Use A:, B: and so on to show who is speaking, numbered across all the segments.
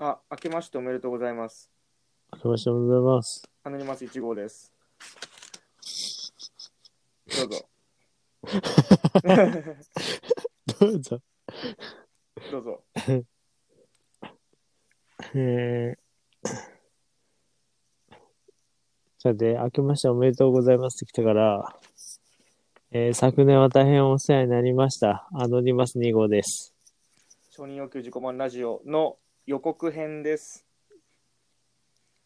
A: 明けましておめでとうございます。
B: 明けましておめでとうございます。
A: アノニマス1号です。どうぞ。
B: どうぞ。
A: どうぞ。
B: えー、さて、明けましておめでとうございますって来たから、えー昨年は大変お世話になりました。アノニマス2号です。
A: 承認欲求自己満ラジオの予告編です。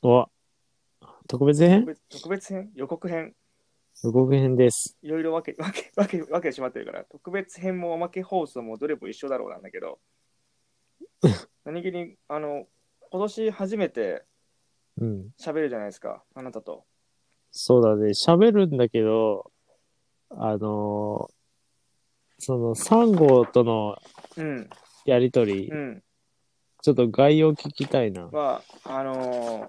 B: お特別編
A: 特別特別編予告編
B: 予告編です。
A: いろいろ分け、分け、分け、分けてしまってるから、特別編もおまけ放送もどれも一緒だろうなんだけど、何気に、あの、今年初めて
B: うん。
A: 喋るじゃないですか、あなたと。
B: そうだね。喋るんだけど、あのーその3号との
A: うん、
B: やりとり、
A: うん。
B: ちょっと概要聞きたいな。
A: は、あのー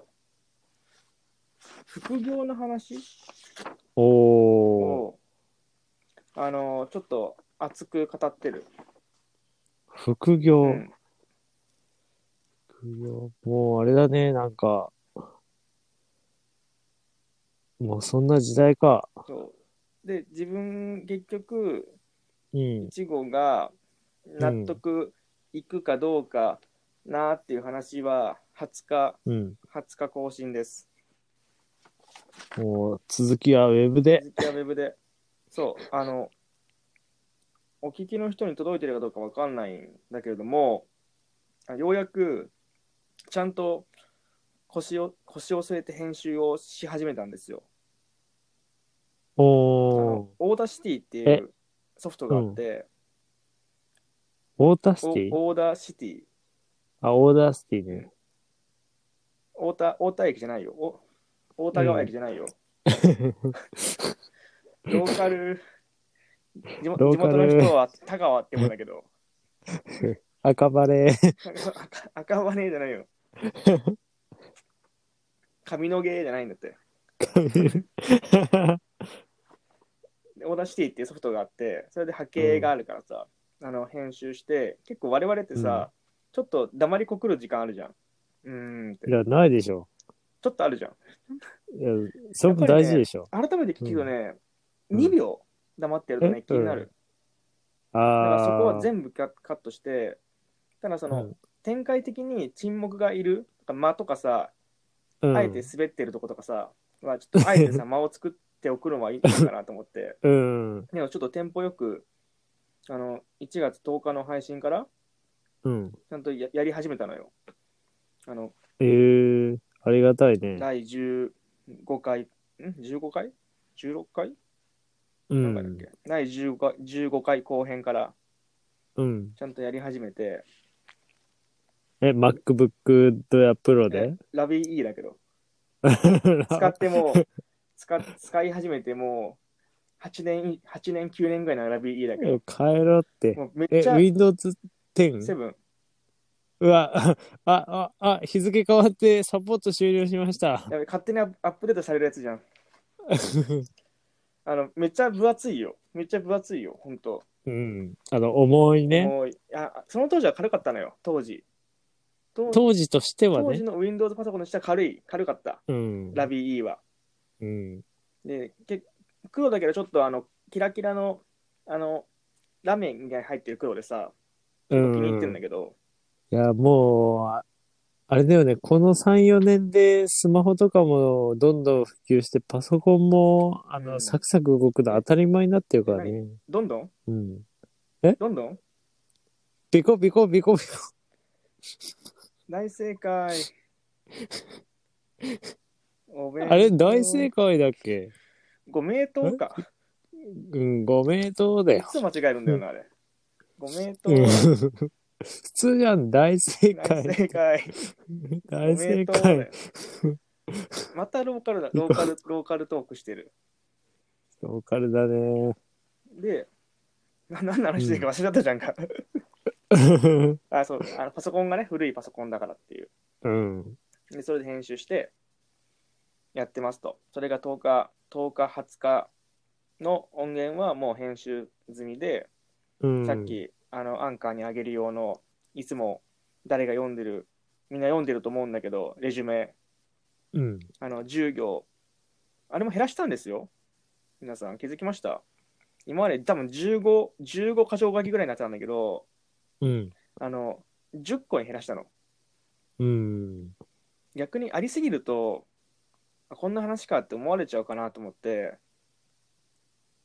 A: 副業の話
B: おー、
A: を、あのーちょっと熱く語ってる。
B: 副業。
A: うん、
B: 副業もうあれだね、なんか、もうそんな時代か。
A: そうで、自分、結局、
B: うん。
A: 一号が納得いくかどうかなっていう話は、20日、
B: うん。
A: 20日更新です。
B: もう続きはウェブで。
A: 続きはウェブで。そう、あの、お聞きの人に届いてるかどうかわかんないんだけれども、あようやく、ちゃんと腰を、腰を据えて編集をし始めたんですよ。あ
B: おー
A: の。オーダーシティっていうソフトがあって、
B: オーダーシティ
A: おオーダーシティ、
B: あ、オーダーシティね。
A: オータ、オータ駅じゃないよ。お大田川駅じゃ ないよ。ローカル、地元
B: ロ
A: 地
B: ーカ
A: 元
B: ル
A: の人は田川って言うんだけど、
B: 赤バレー。
A: 赤 赤羽じゃないよ。髪の毛じゃないんだって。でオーダーシティっていうソフトがあって、それで波形があるからさ、あの編集して、結構我々ってさ、ちょっと黙りこくる時間あるじゃん。うーんって
B: い。や、ないでしょ。
A: ちょっとあるじゃん。
B: いや、それも大事でしょ。
A: 改めて聞くとね、
B: うん
A: 2秒黙ってるとね、
B: え
A: 気になる。だか
B: あ
A: ら
B: あ。
A: そこは全部カカットして、ただその、
B: うん
A: 展開的に沈黙がいる、間とかさ、
B: うん
A: あえて滑ってるとことかさ、はちょっとあえて さ、間を作っておくのはいいのかなと思って、
B: うん。
A: でもちょっとテンポよく、あの、1月10日の配信から、
B: うん。
A: ちゃんとややり始めたのよ。あの、
B: ええー、ありがたいね。
A: 第15回、ん ?15 回 ?16 回
B: う
A: 何回だっ
B: ん
A: け、。第15回 ,15 回後編から
B: うん。
A: ちゃんとやり始めて、
B: え、MacBook ドや Pro で
A: ラビー E だけど、使
B: 使
A: ってもう使っ、使い始めてもう、8年、8年、9年ぐらいのラビー E だけど、
B: 変えろって。
A: もうめ
B: え
A: っち、ゃ、
B: Windows
A: セ
B: 10?
A: ブン、
B: うわ、あ、あ、あ、日付変わってサポート終了しました。
A: やべ勝手にアップアップデートされるやつじゃ ん。あの、めっちゃ分厚いよ。めっちゃ分厚いよ、ほんと。
B: うん。あの、重いね。
A: もういや、その当時は軽かったのよ、当時。当
B: 当時としては
A: 当時
B: ね。
A: の Windows パソコンの下軽い、軽かった、
B: うん。
A: ラビー E は。
B: うん。
A: で、け黒だけどちょっとあの、キラキラの、あの、ラメみたいに入ってる黒でさ、
B: う
A: 気に入ってるん
B: ん。
A: だけど、
B: いや、もう、ああれだよね。この3、4年でスマホとかもどんどん普及して、パソコンも、あ
A: う
B: の、
A: ん
B: サクサク動くの当たり前になってるからね。
A: どんどん
B: うん。
A: どんどん
B: ビコビコビコビコ。
A: 大正解。お弁当
B: あれ、大正解だっけ
A: ご名答か。
B: うん、ご名答だ
A: い
B: よ。
A: つも間違えるんだよな、あれ。ご名答
B: う。ん普通じゃん、大正
A: 大
B: 解。
A: 正解。
B: 大正
A: ご名答
B: 解。
A: だよ。またローカルだ、ローカル、ローカルトークしてる。
B: ローカルだね。
A: で、な何の話してるか忘れちゃったじゃんか。あ、そう、あのパソコンがね、古いパソコンだからっていう。
B: うん。
A: で、それで編集して、やってますと。それが10日、10日、20日の音源はもう編集済みで、
B: うん。
A: さっき、あの、アンカーにあげる用の、いつも誰が読んでるみんな読んでると思うんだけど、レジュメ、
B: うん。
A: あの、10行。あれも減らしたんですよ。皆さん気づきました今まで多分15、15箇条書きぐらいになってたんだけど、
B: うん。
A: あの、10個に減らしたの。
B: うん。
A: 逆にありすぎると、あこんな話かって思われちゃうかなと思って、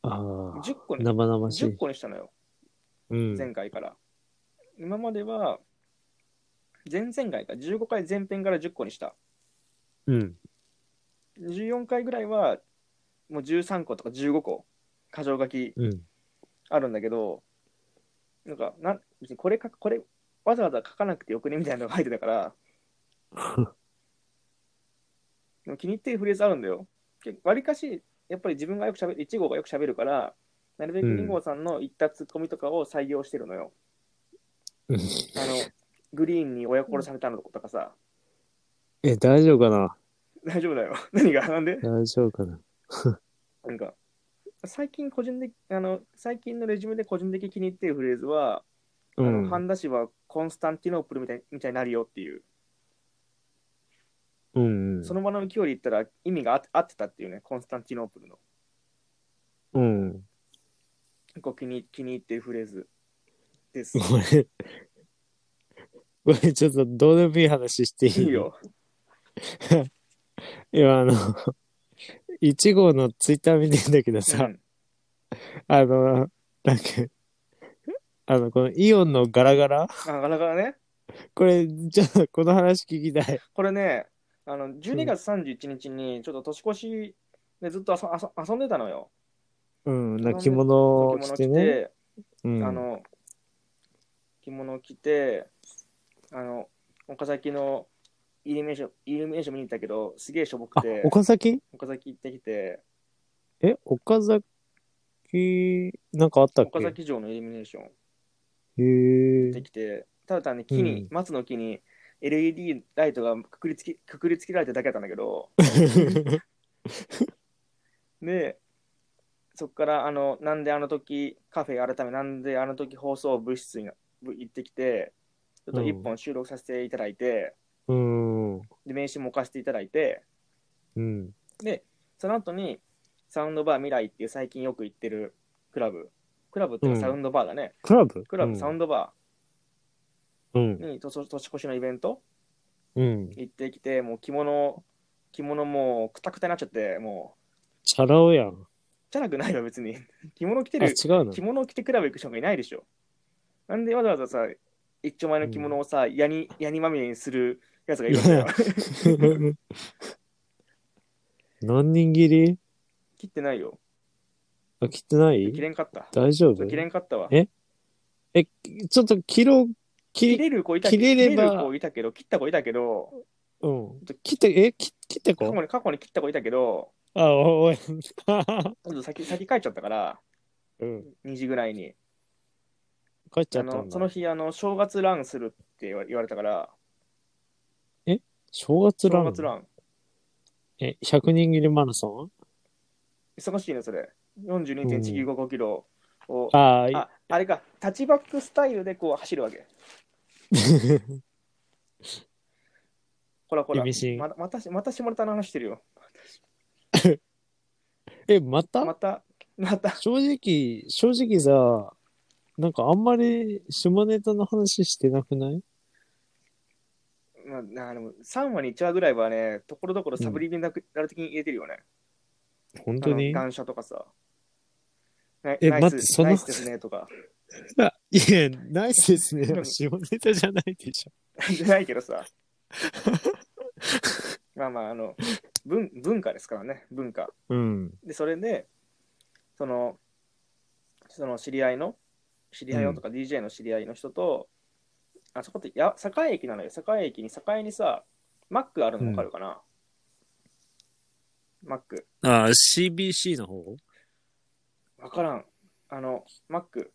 B: ああ。
A: 10個に、
B: 生々し
A: 10
B: い。
A: 個にしたのよ。
B: うん。
A: 前回から。今までは、前々回か、15回前編から10個にした。
B: うん。
A: 14回ぐらいは、もう13個とか15個、箇条書き
B: うん。
A: あるんだけど、なんか、なん別にこれ書く、これ、わざわざ書かなくてよくねみたいなのが入ってた から、でも気に入ってるフレーズあるんだよ。わりかし、やっぱり自分がよくしゃべる、1号がよくしゃべるから、なるべく
B: うん
A: 2号さんの言ったツッコミとかを採用してるのよ。
B: うん
A: あの、グリーンに親殺されたのとかさ、
B: え、大丈夫かな
A: 大丈夫だよ。 何がなんで
B: 大丈夫かな
A: なんか、最近個人的、あの、最近のレジュメで個人的に気に入ってるフレーズは、あ
B: う
A: の
B: ん
A: ハ。ンダ氏はコンスタンティノープルみたいみたいになるよっていう、
B: うん。うん
A: その場の勢いで言ったら意味があ合ってたっていうね、コンスタンティノープルの。
B: うん。
A: 結構気に気に入ってるフレーズです。
B: これ、これちょっとどうでもいい話していい
A: いいよ。
B: 今あの、1号のツイッター見てんだけどさ、
A: うん
B: あの、なんか、あの、このイオンのガラガラ
A: なかなかね、
B: これ、ちょっとこの話聞きたい。
A: これね、あの12月31日にちょっと年越しでずっと遊遊遊んでたのよ。
B: うん、な着物を着てね。うん、
A: あの着物を着てあの岡崎のイルミネーションイルミネーション見に行ったけどすげえしょぼく
B: あ
A: て
B: 岡崎
A: 岡崎行ってきて
B: え、岡崎、なんかあったっ
A: 岡
B: け
A: 崎城のイルミネーション行っ
B: へ
A: て。
B: え
A: きてただ単に木に、
B: うん
A: 松の木に LED ライトがくくりつきくくりつけられてるだけだったんだけ どでそっからあのなんであの時カフェ改めなんであの時放送部室にな部行ってきてちょっと一本収録させていただいて。
B: うん。う
A: で名刺も貸していただいて
B: ん。
A: でその後にサウンドバー未来っていう最近よく行ってるクラブクラブっていうか
B: うん
A: サウンドバーだね、
B: クラブ
A: クラブサウンドバ
B: ド。う
A: ー
B: ん。
A: に年年越しのイベント
B: うん。
A: 行ってきてもう着物着物もうくたくたになっちゃっても
B: チャラ男やん。
A: うじゃなくないよ別に 着物着て
B: あ、
A: る
B: 違うの
A: 着物を着てクラブ行く人がいないでしょなんでわざわざさ一丁前の着物をさ、ヤニヤニまみれにするやつがいるんだよ
B: 何人切り
A: 切ってないよ
B: あ、切ってな
A: 切
B: い
A: れんかった
B: 大丈
A: そ
B: 夫
A: う切れんかったわ
B: ええ、ちょっと切ろう、
A: 切
B: 切り、
A: れる子いた
B: 切れれば
A: 切れる子いたけど切った子いたけど
B: うん。切って、え、切切って
A: 過
B: こ
A: 去に過去に切った子いたけど、
B: あ、お おい。
A: ちょっと先先帰っちゃったから、
B: うん。
A: 2時ぐらいに。
B: 帰っちゃ
A: あ
B: ったん
A: の
B: だ。
A: その日あの、正月ランするって言わ言われたから、
B: 正月ラ
A: 正
B: ン。
A: 月ラン。
B: え、100人切りマラソ
A: 忙しいね、それ。42.195キロを
B: ン。ああ、
A: あ、あれか、タッチバックスタイルでこう走るわ け。ほらほら
B: 意味深、
A: またまたしまた下ネタの話してるよ。
B: え、また、
A: また、また、
B: 正直、正直さ、なんかあんまり下ネタの話してなくない
A: まあ、なでも3話に1話ぐらいはね、ところどころサブリミナル的に入れてるよね。
B: 本当に
A: あの感謝とかさ。ナイ
B: え
A: ナイス
B: 待ってその
A: ナイスですねとか。
B: あ いや、ナイスですね
A: でも。
B: 下ネタじゃないでしょ。
A: じゃないけど さ。まあまあ、あの文、文化ですからね、文化。
B: うん。
A: で、それで、その、その知り合いの、知り合いのとか DJ の知り合いの人と、あそこってや、栄駅なのよ。栄駅に、栄にさ、マックあるの分かるかな、マック。
B: ああ、CBC の方
A: 分からん。あの、マック。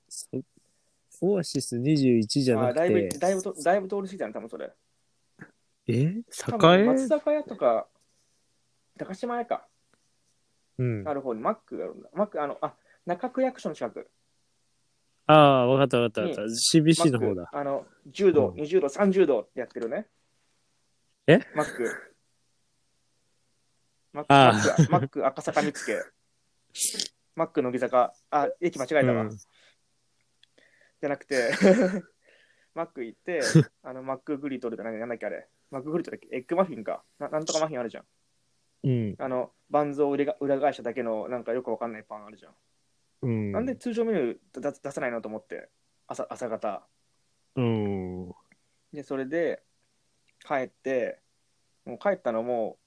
B: オアシス21じゃ
A: あ
B: な
A: だ
B: く
A: いぶ、
B: て、
A: だいぶと、だいぶ通り過ぎたの、多分それ。
B: え栄
A: 多分松坂屋とか、高島屋か、
B: うん。
A: ある方にマックがあるんだ。マック、あの、あ、中区役所の近く。
B: ああ、わかったわかったわかった。
A: に
B: CBC の方
A: マッ
B: だ。
A: クあの、10度、
B: うん
A: 20度、30度ってやってるね。
B: え
A: マック。マック、
B: ああ
A: マックマック赤坂見つけ。マック乃木坂。あ、駅間違えたわ。
B: うん
A: じゃなくて、 マック行 って、あの、マックグリトルだなんかなんだっけあれ。マックグリトルだっけエッグマフィンかな。なんとかマフィンあるじゃん。
B: うん。
A: あの、バンズを裏が裏返しただけの、なんかよくわかんないパンあるじゃん。
B: うん。
A: なんで通常メニューだ出さないのと思って、朝朝方。
B: うん。
A: で、それで、帰って、もう帰ったのも、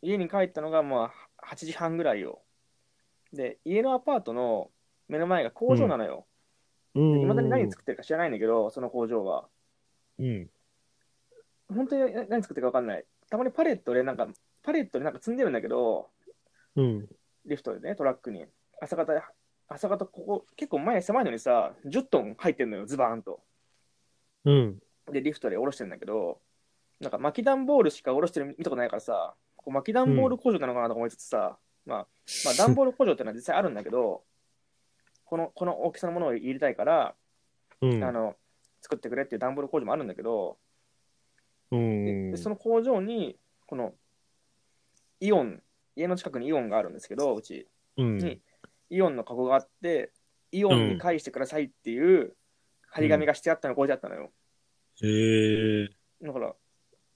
A: 家に帰ったのが、まあ、8時半ぐらいよ。で、家のアパートの目の前が工場なのよ。
B: うん。
A: いま、だに何作ってるか知らないんだけど、その工場は。
B: うん。
A: 本当に何作ってるか分かんない。たまにパレットで、なんか、パレットでなんか積んでるんだけど、
B: うん。
A: リフトでね、トラックに。朝方、朝方、ここ、結構前狭いのにさ、10トン入ってんのよ、ズバーンと。
B: うん。
A: で、リフトで下ろしてるんだけど、なんか巻き段ボールしか下ろしてる見たことないからさ、こう巻き段ボール工場なのかなとか思いつつさ、まあ、まあ、段ボール工場ってのは実際あるんだけど、この、この大きさのものを入れたいから、
B: うん。
A: あの、作ってくれっていう段ボール工場もあるんだけど、
B: う
A: で
B: ん。
A: でその工場に、この、イオン、家の近くにイオンがあるんですけど、うち、
B: うん。
A: にイオンのカゴがあって、イオンに返してくださいっていう張り紙がしてあったのが置いてあったのよ。
B: へえ。
A: だから、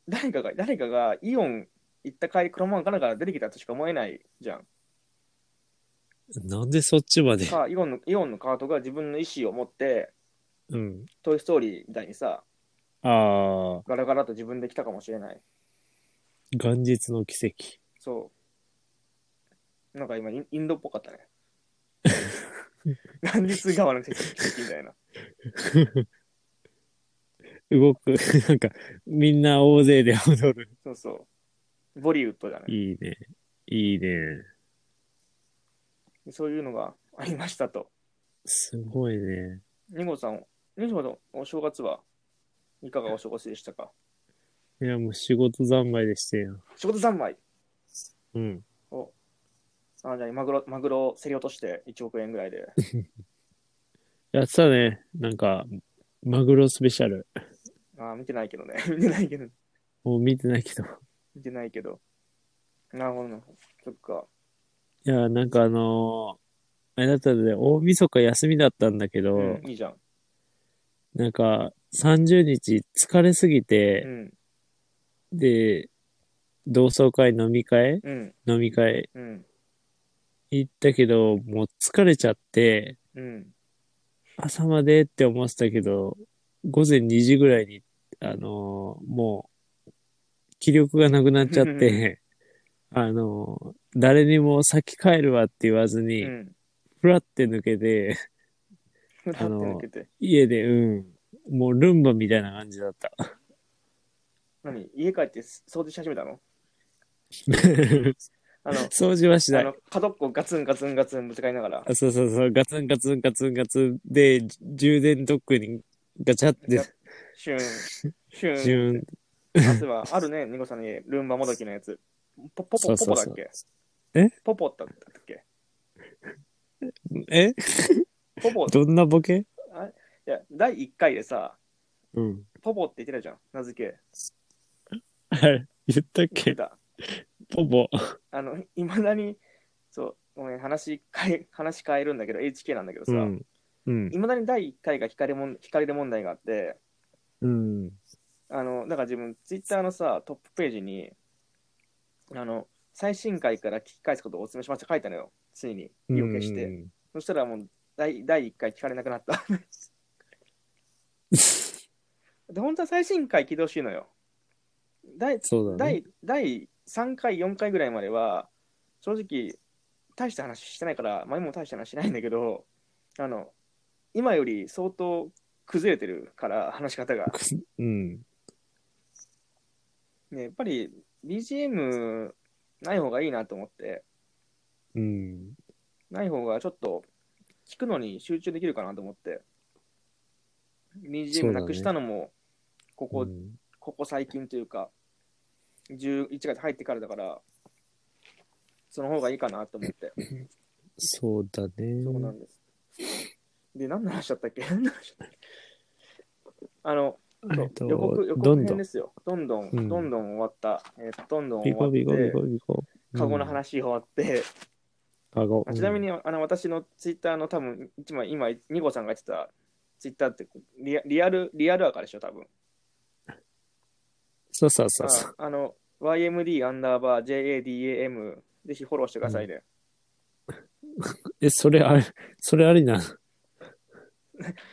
A: 誰かが、誰かがイオン行った帰り、黒門かなんかから出てきたとしか思えないじゃん。
B: なんでそっちまで。
A: か、イオンの、イオンのカートが自分の意思を持って、
B: うん。
A: トイ・ストーリーみたいにさ、
B: ああ、
A: ガラガラと自分で来たかもしれない。
B: 元日の奇跡。
A: そう。なんか今、インインドっぽかったね。元日側の奇跡みたいな。
B: 動く、 なんか、みんな大勢で踊る。
A: そうそう。ボリウッドだね。
B: いいね。いいね。
A: そういうのがありましたと。
B: すごいね。
A: ニゴさん、ニゴさん、お正月はいかがお過ごしでしたか
B: いや、もう仕事三昧でしてよ。
A: 仕事三昧
B: うん。
A: おあじゃあマグロ、マグロを競り落として1億円ぐらいで。
B: やってたね。なんか、マグロスペシャル。
A: あ見てないけどね。 見てないけど。
B: もう見てないけど。
A: 見てないけど。なるほどな。そっか。
B: いや、なんかあのーあれだったんで、大晦日休みだったんだけど、
A: うん、いいじゃん。
B: なんか、30日疲れすぎ
A: う
B: て、
A: ん、
B: で、同窓会飲み会
A: うん、
B: 飲み会
A: うん、
B: 行ったけど、もう疲れちゃって、
A: うん。
B: 朝までって思ってたけど、午前2時ぐらいに、あのーもう、気力がなくなっちゃって、あのー誰にも先帰るわって言わず
A: う
B: に、
A: ん。
B: ふらって抜けて、
A: 立って抜けて。
B: 家で、うん、もうルンバみたいな感じだった。
A: 何家帰って掃除し始めたのあの、
B: 掃除 はしな
A: あ
B: い
A: の。角っこガツンガツンガツンぶつかりながら。
B: あそうそうそう、ガツンガツンガツンガツンで、じ充電ドックにガチャって、
A: シューン、シュ
B: 自
A: ーン。
B: 分、
A: あとは、あるね、ニコさんの家、ルンバもどきのやつ。ポポポポポだっけ
B: え
A: ポポだったっけ
B: え
A: ポポ、い
B: どんなボケ
A: や、第1回でさ、
B: うん。
A: ポポって言ってたじゃん、名付け。
B: あれ、言った
A: 言
B: っ
A: って
B: け
A: た。
B: ポポ。
A: あの、いまだに、そう、ごめん、話変え、 話変えるんだけど、HK なんだけどさ、
B: う
A: い
B: ん。うん。
A: ま、だに第1回が光もん光で問題があって、
B: うん。
A: あの、だから自分、ツイッターのさ、トップページに、あの、最新回から聞き返すことをお勧めしました書いたのよ、ついに、意を決して。
B: うん。
A: そしたらもう第、第1回聞かれなくな った。で、本当は最新回聞いてほしいのよ。第
B: そうだね。
A: 第第3回、4回ぐらいまでは、正直、大した話してないから、前も大した話しないんだけど、あの、今より相当崩れてるから、話し方が。
B: うん。
A: ね、やっぱり BGM ない方がいいなと思って、
B: うん。
A: ない方がちょっと聞くのに集中できるかなと思って、
B: そう
A: BGM
B: だね
A: なくしたのも、ここ、
B: うん
A: ここ最近というか、11月入ってからだから、その方がいいかなと思って。
B: そうだね。
A: そうなんです。で、何の話だったっけ 何の話だったっけあの、そ
B: え
A: う
B: っと
A: 予告予告
B: どんど
A: 編
B: ん
A: で。すよ。どんどん、
B: うん
A: どんどん終わった。えーどんどん終
B: ビ
A: わ
B: コ
A: っ
B: ビコビ
A: て
B: コ、ビコ。
A: カゴの話終わって、
B: うん。カゴ。
A: あちなみに、あの私のツイッターの多分、一枚、今、ニコさんが言ってたツイッターってリア、リアル、リアルアカでしょ、多分。
B: そうそうそうそう。
A: ああの、YMD アンダーバー JADAM、ぜひフォローしてくださいね。
B: え、それあれ、それありな。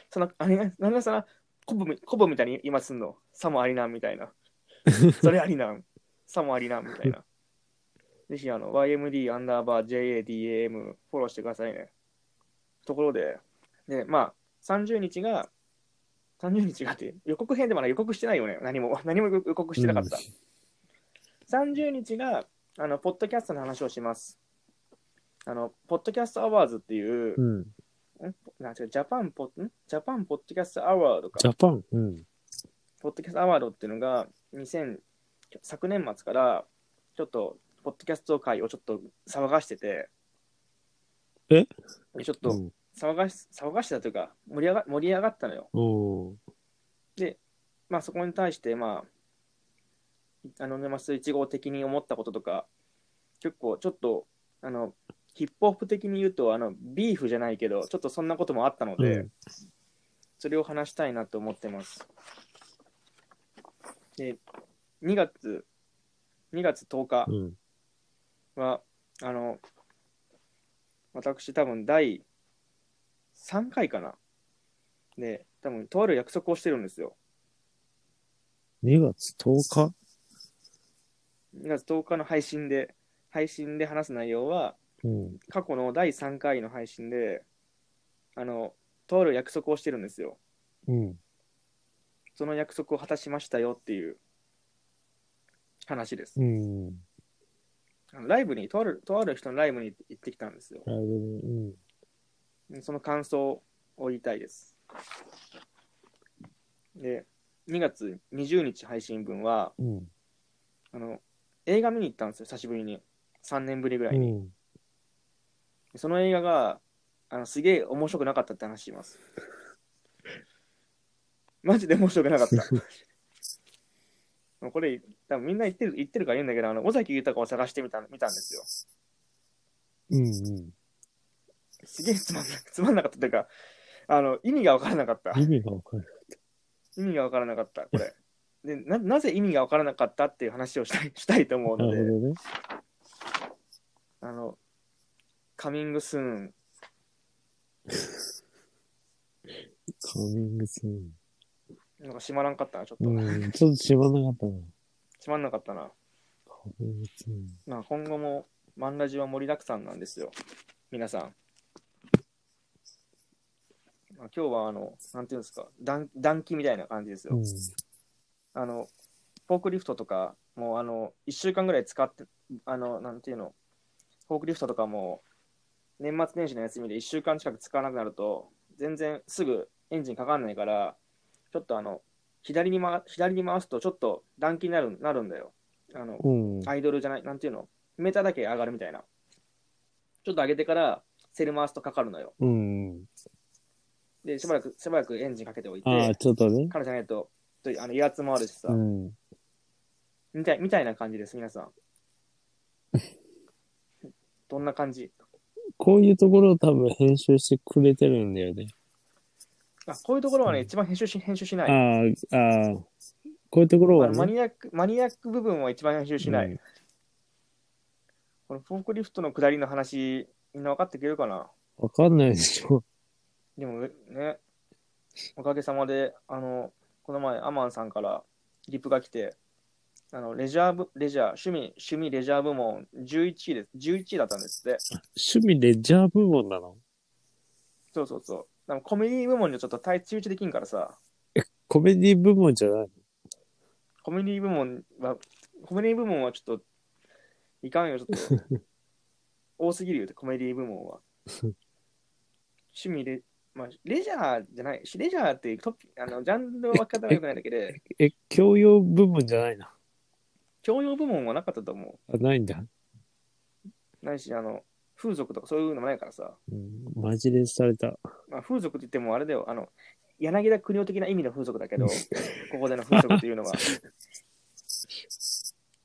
A: その、あれ、なんだその、コブみコブみたいに今すんの。さもありなんみたいな。それありなん。さもありなんみたいな。ぜひ、あの、YMD アンダーバー JADAM フォローしてくださいね。ところで、で、まあ、30日が、30日がって予告編でもない予告してないよね。何も、何も予告してなかった。30日が、あの、ポッドキャストの話をします。あの、ポッドキャストアワーズっていう、
B: うん。
A: んなん違うジャパンポッんジャパンポッドキャストアワードか
B: ジ、ャパン。うん。
A: ポッドキャストアワードっていうのが、2000昨年末から、ちょっと、ポッドキャスト界をちょっと騒がしてて、
B: え
A: ちょっ
B: う
A: と
B: ん。
A: 騒がし、騒がしてたというか盛り上が、盛り上がったのよ。
B: おー
A: まあ、そこに対して、まあ、アノネマス1号的に思ったこととか、結構ちょっと、あの、ヒップホップ的に言うと、あの、ビーフじゃないけど、ちょっとそんなこともあったので、
B: うん
A: それを話したいなと思ってます。で、2月、2月10日
B: うん。
A: は、あの、私多分第3回かな。で、多分、とある約束をしてるんですよ。
B: 2月10日
A: 2月10日の配信で、配信で話す内容は、
B: うん。
A: 過去の第3回の配信で、あの、とある約束をしてるんですよ。
B: うん。
A: その約束を果たしましたよっていう話です。
B: うん。
A: あのライブに、とある、とある人のライブに行ってきたんですよ。
B: ライブに。
A: その感想を言いたいです。で、2月20日配信分は、
B: うん。うん。
A: あの、映画見に行ったんですよ、久しぶりに。3年ぶりぐらいに。
B: うん
A: その映画が、あの、すげえ面白くなかったって話します。 マジで面白くな かった。もうこれ、多分みんな言ってる、言ってるから言うんだけど、あの、尾崎豊を探してみた、見たんですよ。
B: うん。
A: すげえつまんな、つまんなかったというか、あの、意味がわからなかった
B: うん。。意味がわかる。
A: 意味がわからなかった、これ。で、な、なぜ意味がわからなかったっていう話をしたい、したいと思う
B: な
A: ので、
B: るほどね。
A: あの、カミングスーン、
B: カミングスーン。
A: なんか閉まらんかったな、ちょっと。
B: うん。ちょっと知らなかったな。
A: 閉まんなかったな。
B: カミングスーン。
A: まあ、今後もマンラジは盛りだくさんなんですよ、皆さん。まあ、今日はあの、なんていうんですか、暖暖気みたいな感じですよ。
B: うん。
A: あの、フォークリフトとか、もうあの、1週間ぐらい使って、あの、なんていうの、フォークリフトとかも、年末年始の休みで1週間近く使わなくなると、全然すぐエンジンかかんないから、ちょっとあの、左に,、ま、左に回すとちょっと暖気になるなるんだよ。あの、
B: うん。
A: アイドルじゃない、なんていうの、メーターだけ上がるみたいな。ちょっと上げてから、セル回すとかかるのよ。
B: うん。
A: で、しばらく、しばらくエンジンかけておいて、
B: ああ、ちょっとね。
A: 彼じゃないと、ちょっとあの威圧もあるしさ、
B: うん。
A: みたい、みたいな感じです、皆さん。 どんな感じ
B: こういうところを多分編集してくれてるんだよね。
A: あ、こういうところはね、
B: うん
A: 一番編集し、編集しない。
B: ああ、ああ。こういうところ
A: あ
B: は
A: の
B: ね。
A: マニアック、マニアック部分は一番編集しない。
B: うん
A: このフォークリフトの下りの話、みんな分かってくれるかな
B: わかんないでしょ。
A: でもね、おかげさまで、あの、この前、アマンさんからリプが来て、あの、レジャー部、レジャー、趣味、趣味レジャー部門11位です。11位だったんですって。
B: 趣味レジャー部門なの
A: そうそうそう。でもコメディ部門にはちょっと対中打ちできんからさ、
B: コメディ部門じゃない
A: コメディ部門は、コメディ部門はちょっと、いかんよ、ちょっ と。多すぎるよ、コメディ部門は。趣味レ、まあ、レジャーじゃない、レジャーっていうトピあの、ジャンルの分け方が良くないだけで、
B: え、教養部門じゃないのあ、
A: 教養部門はなかったと思う。
B: ないんだ。
A: ないし、あの、風俗とかそういうのもないからさ。
B: うん、マジレスされた。
A: まあ、風俗って言ってもあれだよ、あの、柳田国夫的な意味の風俗だけど、ここでの風俗というのは、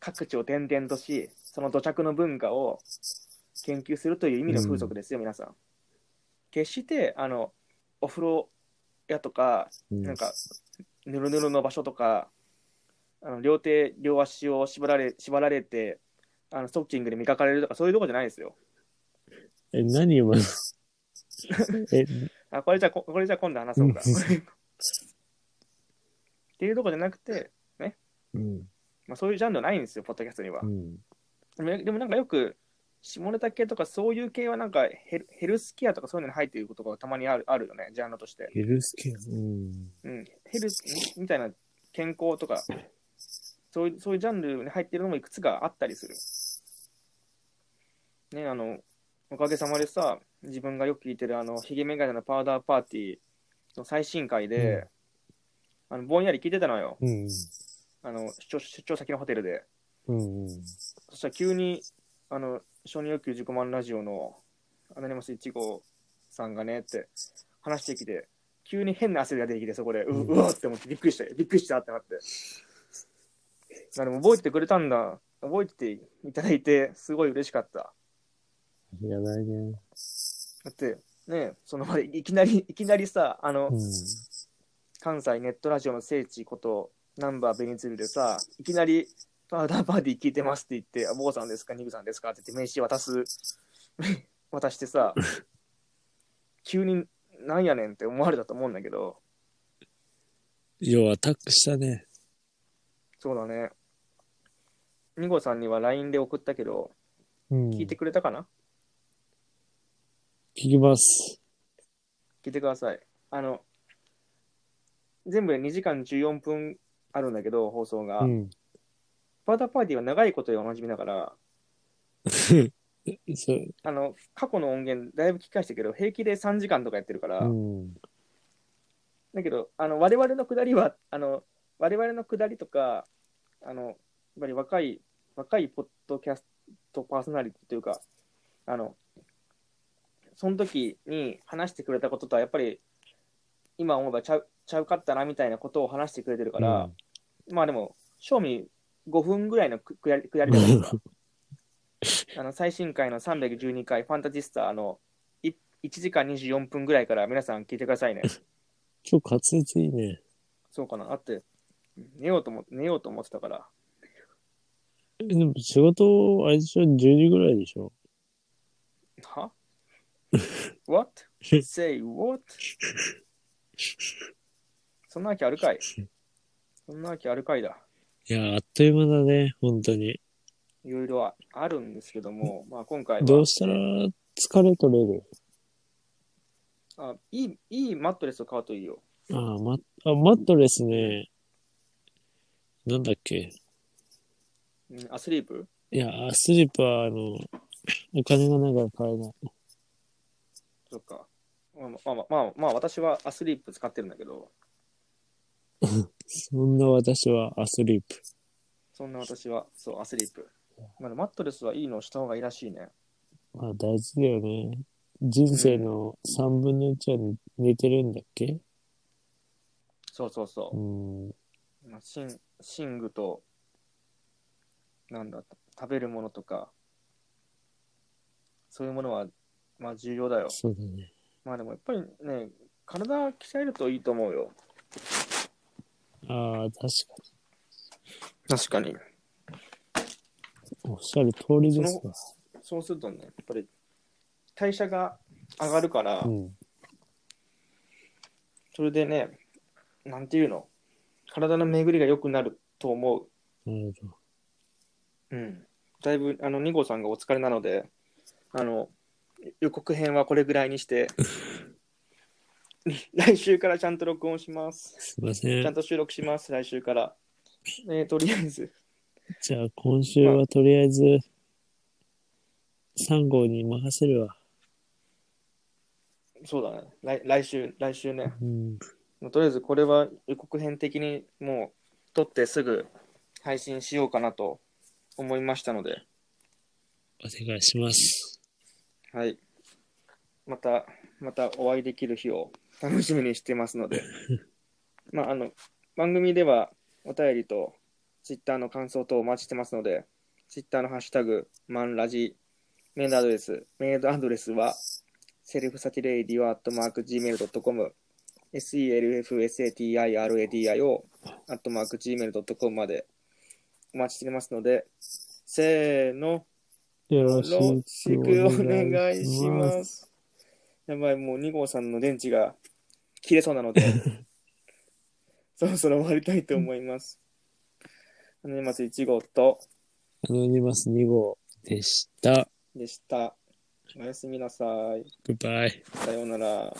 A: 各地を転々とし、その土着の文化を研究するという意味の風俗ですよ、皆さん。決して、あの、お風呂屋とか、
B: うん
A: なんか、ぬるぬるの場所とか、あの両手、両足を縛られ縛られて、あのストッキングで磨かれるとか、そういうとこじゃないですよ。
B: え、何今 のえ、
A: あ、これじゃあ、ここれじゃあ今度話そうか。
B: うん
A: っていうとこじゃなくて、
B: うん、
A: まあ、そういうジャンルないんですよ、ポッドキャストには
B: う。ん。
A: でもでもなんかよく、下ネタ系とかそういう系はなんかヘルヘルスケアとかそういうのに入っていることがたまにあるあるよね、ジャンルとして。
B: ヘルスケア。うん。
A: うん、ヘルスみみたいな健康とかそういう、そういうジャンルに入ってるのもいくつかあったりする。ね、あの、おかげさまでさ、自分がよく聞いてるあの、ヒゲメガネのパウダーパーティーの最新回で、あのぼんやり聞いてたのよ。
B: うん。
A: あの出張出張先のホテルで。
B: うん。うん
A: そしたら急に、あの、承認欲求自己満ラジオのアナニマス1号さんがねって話してきて、急に変な汗が出てきて、そこで、う
B: うん
A: うわって思ってびっくりしたよびっくりしたってなって。あでも覚えてくれたんだ。覚えていただいて、すごい嬉しかった。
B: やばいね。
A: だって、ね、その場でいきなり、いきなりさ、あの、
B: うん。
A: 関西ネットラジオの聖地こと、ナンバーベニズルでさ、いきなり、パウダーパーティー聞いてますって言って、あ、坊さんですか、ニグさんですかって言って名刺渡す、 渡して さ、急になんやねんって思われたと思うんだけど、
B: 要はアタックしたね。
A: そうだね。ニゴさんには LINE で送ったけど、
B: うん。
A: 聞いてくれたかな、
B: 聞きます。
A: 聞いてください。あの、全部で2時間14分あるんだけど、放送が。
B: うん。
A: パウダーパーティーは長いことでおなじみだから、
B: そう。
A: あの過去の音源だいぶ聞き返したけど平気で3時間とかやってるから、
B: うん。
A: だけどあの我々の下りはあの我々の下りとかあのやっぱり若い若いポッドキャストパーソナリティというかあのその時に話してくれたこととはやっぱり今思えばちゃうちゃうかったなみたいなことを話してくれてるから、まあでも賞味5分ぐらいのく下り下りだからあの最新回の312回ファンタジスタあのい1時間24分ぐらいから皆さん聞いてくだ さいね。
B: 今日滑舌いいね。
A: そうかな。あって、寝ようと思寝ようと思ってたから。
B: えでも仕事、あれでしょ ?10 時ぐらいでしょ
A: は ?What? Say what? そんなわけあるかいそんなわけあるかいだ。
B: いや、あっという間だね。本当に。
A: いろいろああるんですけど も、まあ今回は
B: どうしたら疲れ取れる
A: あいいいいマットレスを買うといいよ。
B: ああ、ま、あ、マットレスね。なんだっけ。
A: うんアスリープ
B: いや、スリッパは、あの、お金がないから買えない。
A: そっか。まあまあまあ、まあ、まあ私はアスリープ使ってるんだけど、
B: そんな私はアスリープ。
A: そんな私は、そう、アスリープ。まあ、でもマットレスはいいのをした方がいいらしいね。
B: まあ大事だよね。人生の3分の1は寝てるんだっけ
A: そうそうそう
B: う。ん。
A: まあ、シンシングと、なんだ、食べるものとか、そういうものは、まあ重要だよ。
B: そうだね。
A: まあでもやっぱりね、体鍛えるといいと思うよ。
B: ああ、確か
A: 確かに。
B: に。おっしゃる通りですわ。
A: そうするとね、やっぱり代謝が上がるから、
B: うん。
A: それでね、なんていうの、体の巡りが良くなると思う。
B: なるほど。
A: うん、だいぶあの2号さんがお疲れなのであの予告編はこれぐらいにして来週からちゃんと録音します
B: すいませ
A: ちゃ
B: ん
A: ん。と収録します来週から、えーとりあえず
B: じゃあ今週はとりあえず、3号に任せるわ。
A: そうだね来来週来週ね
B: うん。
A: もうとりあえずこれは予告編的にもう撮ってすぐ配信しようかなと思いましたので
B: お願いします。
A: はいまたまたお会いできる日を楽しみにしてますので、まあ、あの、番組ではお便りと、ツイッターの感想等お待ちしてますので、ツイッターのハッシュタグ、マンラジ、メールアドレス、メールアドレスは、セルフサティレイディオアットマーク Gmail.com、selfsatiradio アットマーク Gmail.com までお待ちしてますので、せーの、
B: よ
A: よ
B: ろ
A: ろ
B: し
A: し
B: く
A: く
B: お
A: お
B: 願
A: 願
B: い
A: い
B: し
A: し
B: ま。
A: ますす。やばい、もう2号さんの電池が切れそうなの で、そろそろ終わりたいと思います。あの、まず1号と
B: アノニマス2号でした。
A: でした。おやすみなさい。
B: グッバイ。
A: さようなら。